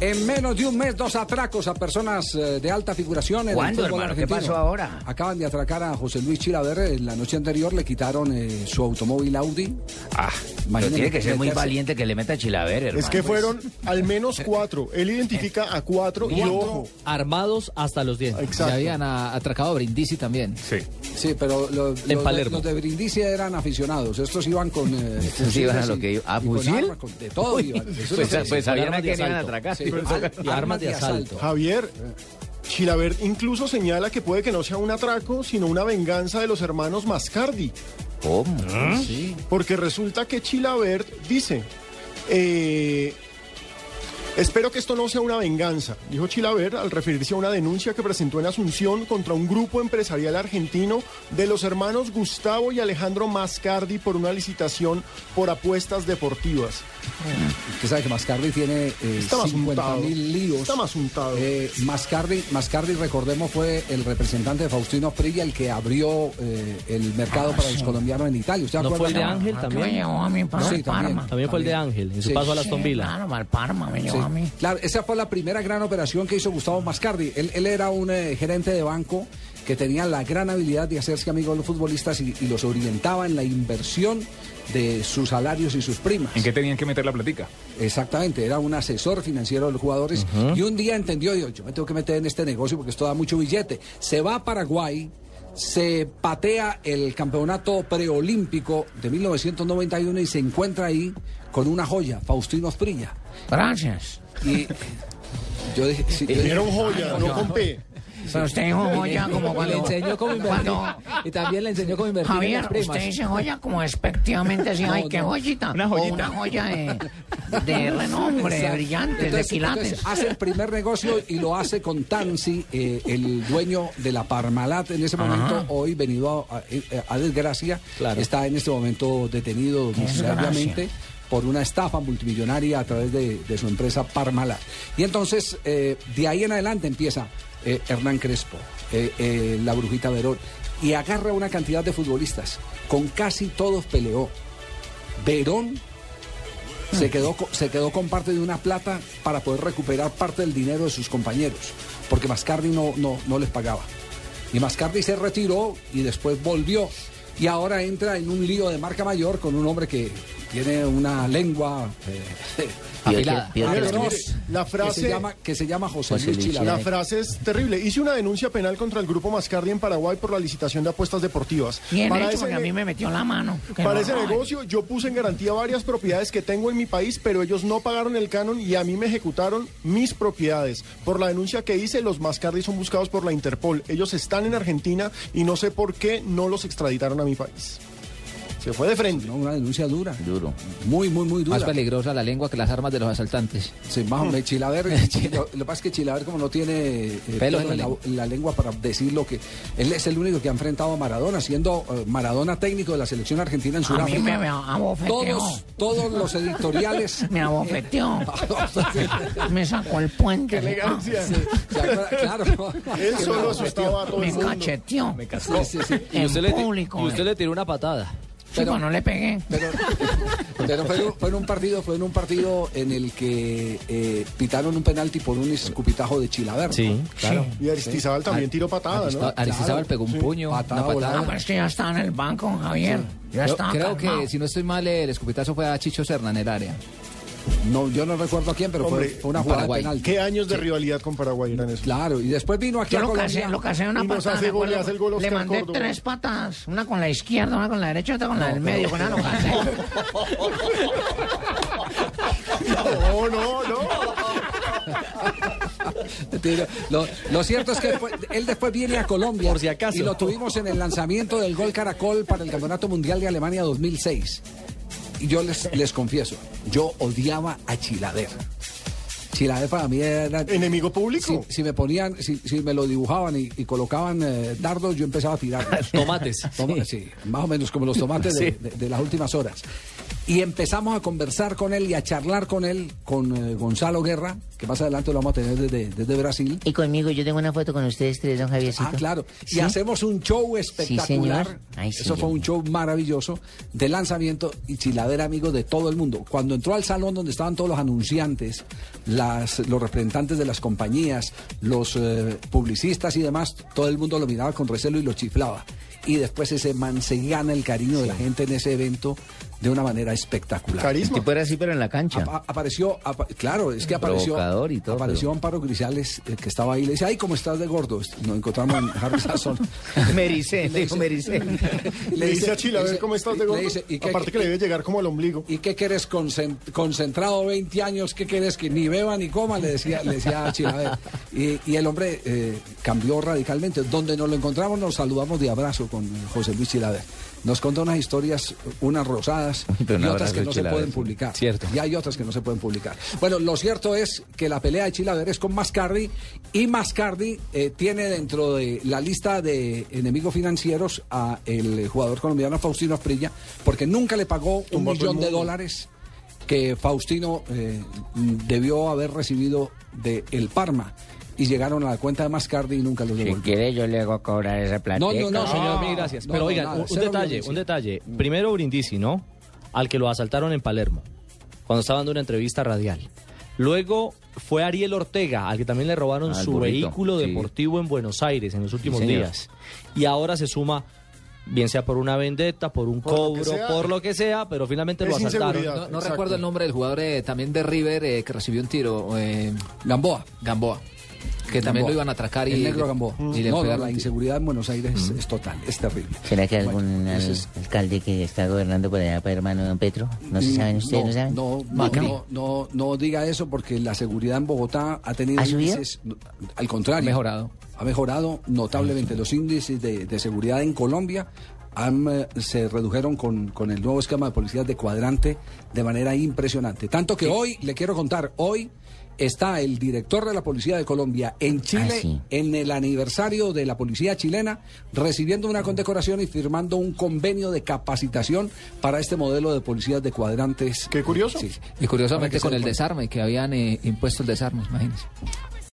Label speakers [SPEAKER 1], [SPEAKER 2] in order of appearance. [SPEAKER 1] En menos de un mes, dos atracos a personas eh, de alta figuración en
[SPEAKER 2] ¿Cuándo,
[SPEAKER 1] el fútbol
[SPEAKER 2] hermano? ¿Qué
[SPEAKER 1] argentino.
[SPEAKER 2] pasó ahora?
[SPEAKER 1] Acaban de atracar a José Luis Chilaver. La noche anterior le quitaron eh, su automóvil Audi.
[SPEAKER 2] Ah, pero
[SPEAKER 1] Imagínate
[SPEAKER 2] tiene que ser muy
[SPEAKER 1] meterse.
[SPEAKER 2] valiente que le meta Chilaver, hermano.
[SPEAKER 3] Es que fueron al menos cuatro. Él identifica a cuatro y ojo.
[SPEAKER 4] armados hasta los dientes.
[SPEAKER 3] Exacto.
[SPEAKER 4] Ya habían a- atracado a Brindisi también.
[SPEAKER 5] Sí.
[SPEAKER 1] Sí, pero lo- los, de-
[SPEAKER 4] Palermo.
[SPEAKER 1] los de Brindisi eran aficionados. Estos iban con. eh,
[SPEAKER 2] Estos iban a
[SPEAKER 1] fusiles
[SPEAKER 2] lo
[SPEAKER 1] y-
[SPEAKER 2] que iba- ¿a
[SPEAKER 1] y con
[SPEAKER 2] fusil?
[SPEAKER 1] armas, con- de todo iban. Eso
[SPEAKER 2] Pues,
[SPEAKER 1] sí,
[SPEAKER 2] pues,
[SPEAKER 1] sí,
[SPEAKER 2] sabían
[SPEAKER 4] armas
[SPEAKER 2] a
[SPEAKER 4] de
[SPEAKER 2] quién iban a
[SPEAKER 4] asalto.
[SPEAKER 2] atracar.
[SPEAKER 1] sí,
[SPEAKER 2] Sí.
[SPEAKER 1] al-
[SPEAKER 4] y armas de asalto.
[SPEAKER 3] Javier, Chilavert incluso señala que puede que no sea un atraco, sino una venganza de los hermanos Mascardi.
[SPEAKER 2] ¿Cómo?
[SPEAKER 3] Porque resulta que Chilabert dice, eh, espero que esto no sea una venganza, dijo Chilabert al referirse a una denuncia que presentó en Asunción contra un grupo empresarial argentino de los hermanos Gustavo y Alejandro Mascardi por una licitación por apuestas deportivas.
[SPEAKER 1] Usted sabe que Mascardi tiene
[SPEAKER 3] Está más
[SPEAKER 1] 50
[SPEAKER 3] untado.
[SPEAKER 1] mil líos.
[SPEAKER 3] Está más untado.
[SPEAKER 1] Eh, Mascardi, Mascardi, recordemos, fue el representante de Faustino Prilla el que abrió eh, el mercado para los colombianos en Italia. ¿Usted
[SPEAKER 4] Ah, ¿No
[SPEAKER 1] acuerda?
[SPEAKER 4] fue el de Ángel
[SPEAKER 2] ¿A qué me
[SPEAKER 4] también?
[SPEAKER 2] llevó a mí para
[SPEAKER 1] Sí,
[SPEAKER 2] el Parma?
[SPEAKER 1] también.
[SPEAKER 4] También fue el de Ángel, en su
[SPEAKER 1] Sí.
[SPEAKER 4] paso a las Vila.
[SPEAKER 2] Claro, para el Parma me llevó
[SPEAKER 1] Sí.
[SPEAKER 2] a mí.
[SPEAKER 1] Claro, esa fue la primera gran operación que hizo Gustavo Mascardi. Él, él era un eh, gerente de banco que tenía la gran habilidad de hacerse amigo de los futbolistas y, y los orientaba en la inversión de sus salarios y sus primas.
[SPEAKER 5] ¿En qué tenían que meter la platica?
[SPEAKER 1] Exactamente, era un asesor financiero de los jugadores y un día entendió, dijo, yo me tengo que meter en este negocio porque esto da mucho billete. Se va a Paraguay, se patea el campeonato preolímpico de 1991 y se encuentra ahí con una joya, Faustino Osprilla.
[SPEAKER 2] Gracias.
[SPEAKER 1] Y yo dije, sí, yo dije,
[SPEAKER 3] Era un joya, no con P.
[SPEAKER 2] Pero usted dijo joya como
[SPEAKER 4] Y le
[SPEAKER 2] cuando...
[SPEAKER 4] enseñó cómo invertir.
[SPEAKER 2] cuando-
[SPEAKER 4] Y también le enseñó cómo invertir en
[SPEAKER 2] Javier,
[SPEAKER 4] las primas.
[SPEAKER 2] usted dice joya como despectivamente, así, ay, qué joyita.
[SPEAKER 5] Una
[SPEAKER 2] O
[SPEAKER 5] joyita.
[SPEAKER 2] una joya de, de renombre, de
[SPEAKER 1] Exacto.
[SPEAKER 2] brillantes,
[SPEAKER 1] Entonces,
[SPEAKER 2] de quilates.
[SPEAKER 1] entonces, ah, hace el primer negocio y lo hace con Tansi, eh, el dueño de la Parmalat en ese momento, hoy venido a, a- a desgracia,
[SPEAKER 4] Claro.
[SPEAKER 1] está en este momento detenido domiciliariamente por una estafa multimillonaria a través de, de su empresa Parmalat. Y entonces, eh, de ahí en adelante empieza eh, Hernán Crespo, eh, eh, la Brujita Verón, y agarra una cantidad de futbolistas. Con casi todos peleó. Verón se quedó, co- se quedó con parte de una plata para poder recuperar parte del dinero de sus compañeros, porque Mascardi no, no, no les pagaba. Y Mascardi se retiró y después volvió. Y ahora entra en un lío de marca mayor con un hombre que tiene una lengua eh,
[SPEAKER 4] Afilada.
[SPEAKER 2] Piel que- piel que-
[SPEAKER 1] atroz,
[SPEAKER 3] La
[SPEAKER 1] que se
[SPEAKER 3] frase-
[SPEAKER 1] llama, que se llama José,
[SPEAKER 2] José
[SPEAKER 1] Luis
[SPEAKER 2] Luis
[SPEAKER 1] Chilavert.
[SPEAKER 3] La frase es terrible. Hice una denuncia penal contra el grupo Mascardi en Paraguay por la licitación de apuestas deportivas.
[SPEAKER 2] Bien
[SPEAKER 3] Para
[SPEAKER 2] hecho,
[SPEAKER 3] ese
[SPEAKER 2] porque a
[SPEAKER 3] ne-
[SPEAKER 2] mí me metió la mano. Que
[SPEAKER 3] Para
[SPEAKER 2] no
[SPEAKER 3] ese
[SPEAKER 2] roben.
[SPEAKER 3] negocio yo puse en garantía varias propiedades que tengo en mi país, pero ellos no pagaron el canon y a mí me ejecutaron mis propiedades. Por la denuncia que hice, los Mascardi son buscados por la Interpol. Ellos están en Argentina y no sé por qué no los extraditaron a mi país. Se fue de frente.
[SPEAKER 1] No, una denuncia dura.
[SPEAKER 2] Duro.
[SPEAKER 1] Muy, muy, muy dura.
[SPEAKER 4] Más peligrosa la lengua que las armas de los asaltantes.
[SPEAKER 1] Sí, más o
[SPEAKER 2] Mm.
[SPEAKER 1] menos. Chilaver, lo, lo que pasa es que Chilaver como no tiene eh,
[SPEAKER 4] Pelo en
[SPEAKER 1] en
[SPEAKER 4] la
[SPEAKER 1] la,
[SPEAKER 4] lengua.
[SPEAKER 1] en la lengua para decir lo que... Él es el único que ha enfrentado a Maradona, siendo eh, Maradona técnico de la selección argentina en
[SPEAKER 2] A mí me,
[SPEAKER 1] Sudáfrica.
[SPEAKER 2] me abofeteó.
[SPEAKER 1] todos, todos los editoriales...
[SPEAKER 2] Me abofeteó. me sacó el puente.
[SPEAKER 1] ¿Se acuerda? Claro.
[SPEAKER 3] Él solo asustaba a todo
[SPEAKER 2] Me
[SPEAKER 3] el mundo.
[SPEAKER 2] cacheteó.
[SPEAKER 1] Sí, sí, sí.
[SPEAKER 4] Y
[SPEAKER 2] En
[SPEAKER 4] usted, le, ti-
[SPEAKER 2] público. eh.
[SPEAKER 4] y usted le tiró una patada.
[SPEAKER 2] Sí, pero no le pegué.
[SPEAKER 1] Pero, pero fue, en- fue en un partido, fue en un partido en el que eh, pitaron un penalti por un escupitajo de Chilaver. ¿no?
[SPEAKER 4] claro.
[SPEAKER 3] Y Aristizábal también tiró patada, ¿no?
[SPEAKER 4] Aristizábal pegó un puño,
[SPEAKER 1] Patada
[SPEAKER 4] una patada.
[SPEAKER 2] Ah, pero es que ya estaba en el banco, Javier. Ya
[SPEAKER 4] Yo
[SPEAKER 2] estaba
[SPEAKER 4] creo
[SPEAKER 2] calmado.
[SPEAKER 4] que, si no estoy mal, el escupitazo fue a Chicho Serna en el área.
[SPEAKER 1] No, yo no recuerdo a quién, pero fue-
[SPEAKER 3] Hombre,
[SPEAKER 1] fue una jugada
[SPEAKER 4] Paraguay.
[SPEAKER 1] de penalti.
[SPEAKER 3] ¿Qué años de rivalidad con Paraguay eran esos?
[SPEAKER 1] Claro, y después vino aquí
[SPEAKER 2] Yo
[SPEAKER 1] a
[SPEAKER 2] lo
[SPEAKER 1] Colombia.
[SPEAKER 2] casé, lo casé una
[SPEAKER 3] Y nos
[SPEAKER 2] patada.
[SPEAKER 3] hace
[SPEAKER 2] me
[SPEAKER 3] gol,
[SPEAKER 2] acuerdo.
[SPEAKER 3] le hace el gol
[SPEAKER 2] le
[SPEAKER 3] Oscar
[SPEAKER 2] mandé
[SPEAKER 3] Córdoba.
[SPEAKER 2] tres patas. Una con la izquierda, una con la derecha, otra con la del medio. Con la lo casé.
[SPEAKER 3] No, no, no.
[SPEAKER 1] Tiro. Lo, lo cierto es que después- él después viene a Colombia.
[SPEAKER 4] Por si acaso.
[SPEAKER 1] Y lo tuvimos en el lanzamiento del gol Caracol para el Campeonato Mundial de Alemania 2006. Y yo les, les confieso, yo odiaba a Chilader. Chilader para mí era...
[SPEAKER 3] Enemigo público.
[SPEAKER 1] Si, si me ponían, si, si me lo dibujaban y, y colocaban eh, dardos, yo empezaba a tirar.
[SPEAKER 4] Tomates.
[SPEAKER 1] Toma- sí, más o menos como los tomates de,
[SPEAKER 4] Sí.
[SPEAKER 1] de- de las últimas horas. Y empezamos a conversar con él y a charlar con él, con eh, Gonzalo Guerra, que más adelante lo vamos a tener desde, desde Brasil.
[SPEAKER 2] Y conmigo, yo tengo una foto con ustedes tres, don Javiercito.
[SPEAKER 1] Ah, claro. Y
[SPEAKER 2] ¿Sí?
[SPEAKER 1] hacemos un show espectacular.
[SPEAKER 2] señor. Ay, sí,
[SPEAKER 1] Eso fue
[SPEAKER 2] yo-
[SPEAKER 1] un show maravilloso de lanzamiento y Chilavera amigo de todo el mundo. Cuando entró al salón donde estaban todos los anunciantes, las, los representantes de las compañías, los eh, publicistas y demás, todo el mundo lo miraba con recelo y lo chiflaba. Y después ese man se gana el cariño de la gente en ese evento de una manera espectacular.
[SPEAKER 5] El
[SPEAKER 3] Carisma.
[SPEAKER 5] tipo era así, pero en la cancha.
[SPEAKER 1] Apa- apareció, apa- claro, es que apareció,
[SPEAKER 5] Provocador y todo,
[SPEAKER 1] apareció
[SPEAKER 5] pero-
[SPEAKER 1] Amparo Grisales, eh, que estaba ahí, le dice, ay, ¿cómo estás de gordo? Nos encontramos en Harry Sazón.
[SPEAKER 5] Mericé, le dijo Mericé.
[SPEAKER 3] Le dice a Chila, a ver cómo estás de
[SPEAKER 1] le
[SPEAKER 3] gordo.
[SPEAKER 1] dice, ¿y qué,
[SPEAKER 3] Aparte que le debe llegar como al ombligo.
[SPEAKER 1] ¿Y qué querés concen- concentrado 20 años? ¿Qué querés que ni beba ni coma? Le decía, le decía a Chilaver. Y, y el hombre eh, cambió radicalmente. Donde nos lo encontramos, nos saludamos de abrazo con eh, José Luis Chilaver. Nos contó unas historias, unas rosadas
[SPEAKER 5] Pero un
[SPEAKER 1] y otras
[SPEAKER 5] abrazo
[SPEAKER 1] que
[SPEAKER 5] de
[SPEAKER 1] no se
[SPEAKER 5] Chilaver,
[SPEAKER 1] pueden
[SPEAKER 5] sí.
[SPEAKER 1] publicar.
[SPEAKER 5] Cierto.
[SPEAKER 1] Y hay otras que no se pueden publicar. Bueno, lo cierto es que la pelea de Chilaver es con Mascardi y Mascardi eh, tiene dentro de la lista de enemigos financieros a el jugador colombiano Faustino Asprilla porque nunca le pagó un
[SPEAKER 3] Tumbó a todo
[SPEAKER 1] millón
[SPEAKER 3] el
[SPEAKER 1] de
[SPEAKER 3] mundo.
[SPEAKER 1] dólares que Faustino eh, debió haber recibido de el Parma y llegaron a la cuenta de Mascardi y nunca los
[SPEAKER 2] Si
[SPEAKER 1] devolvió.
[SPEAKER 2] quiere, yo le hago cobrar esa platica.
[SPEAKER 1] No, no, no,
[SPEAKER 4] Señor, mil gracias.
[SPEAKER 1] no,
[SPEAKER 6] Pero
[SPEAKER 1] no,
[SPEAKER 6] oigan,
[SPEAKER 1] nada,
[SPEAKER 6] un, un
[SPEAKER 1] cero
[SPEAKER 6] detalle,
[SPEAKER 1] violencia.
[SPEAKER 6] un detalle. Primero Brindisi, ¿no? Al que lo asaltaron en Palermo, cuando estaba dando una entrevista radial. Luego fue Ariel Ortega, al que también le
[SPEAKER 1] Ah,
[SPEAKER 6] robaron
[SPEAKER 5] Al
[SPEAKER 6] su
[SPEAKER 5] burrito,
[SPEAKER 6] vehículo
[SPEAKER 5] sí.
[SPEAKER 6] deportivo en Buenos Aires en los últimos
[SPEAKER 5] señor.
[SPEAKER 6] días. Y ahora se suma, bien sea por una vendetta, por un
[SPEAKER 3] Por lo que
[SPEAKER 6] cobro,
[SPEAKER 3] sea.
[SPEAKER 6] por lo que sea, pero finalmente
[SPEAKER 3] Es
[SPEAKER 6] lo asaltaron.
[SPEAKER 3] inseguridad.
[SPEAKER 4] No, no
[SPEAKER 3] Exacto.
[SPEAKER 4] recuerdo el nombre del jugador eh, también de River eh, que recibió un tiro, eh,
[SPEAKER 1] Gamboa.
[SPEAKER 4] Gamboa, que también
[SPEAKER 1] Gamboa.
[SPEAKER 4] lo iban a atracar y
[SPEAKER 1] El negro Gamboa.
[SPEAKER 4] y le
[SPEAKER 1] No, no,
[SPEAKER 4] pegaron
[SPEAKER 1] la
[SPEAKER 4] un tiro.
[SPEAKER 1] inseguridad en Buenos Aires es, es total, es terrible.
[SPEAKER 2] ¿Será que
[SPEAKER 1] Bueno,
[SPEAKER 2] algún al-
[SPEAKER 1] ese es-
[SPEAKER 2] alcalde que está gobernando por allá, para hermano don Petro? ¿No se saben ustedes? ¿No, saben?
[SPEAKER 1] Mm, No, no,
[SPEAKER 2] Macri.
[SPEAKER 1] no, no, no diga eso porque la seguridad en Bogotá ha tenido
[SPEAKER 2] ¿Ha subido?
[SPEAKER 1] índices, al contrario,
[SPEAKER 4] Ha mejorado.
[SPEAKER 1] ha mejorado notablemente los índices de, de seguridad en Colombia. han, eh, se redujeron con, con el nuevo esquema de policías de cuadrante de manera impresionante. Tanto que hoy, le quiero contar, hoy está el director de la Policía de Colombia en Chile,
[SPEAKER 2] Ah, sí.
[SPEAKER 1] en el aniversario de la policía chilena, recibiendo una condecoración y firmando un convenio de capacitación para este modelo de policías de cuadrantes.
[SPEAKER 3] Qué curioso.
[SPEAKER 1] Sí.
[SPEAKER 4] Y
[SPEAKER 1] Para que
[SPEAKER 4] curiosamente
[SPEAKER 1] se
[SPEAKER 4] con el
[SPEAKER 1] den cuenta.
[SPEAKER 4] desarme, que habían eh, impuesto el desarme, imagínense.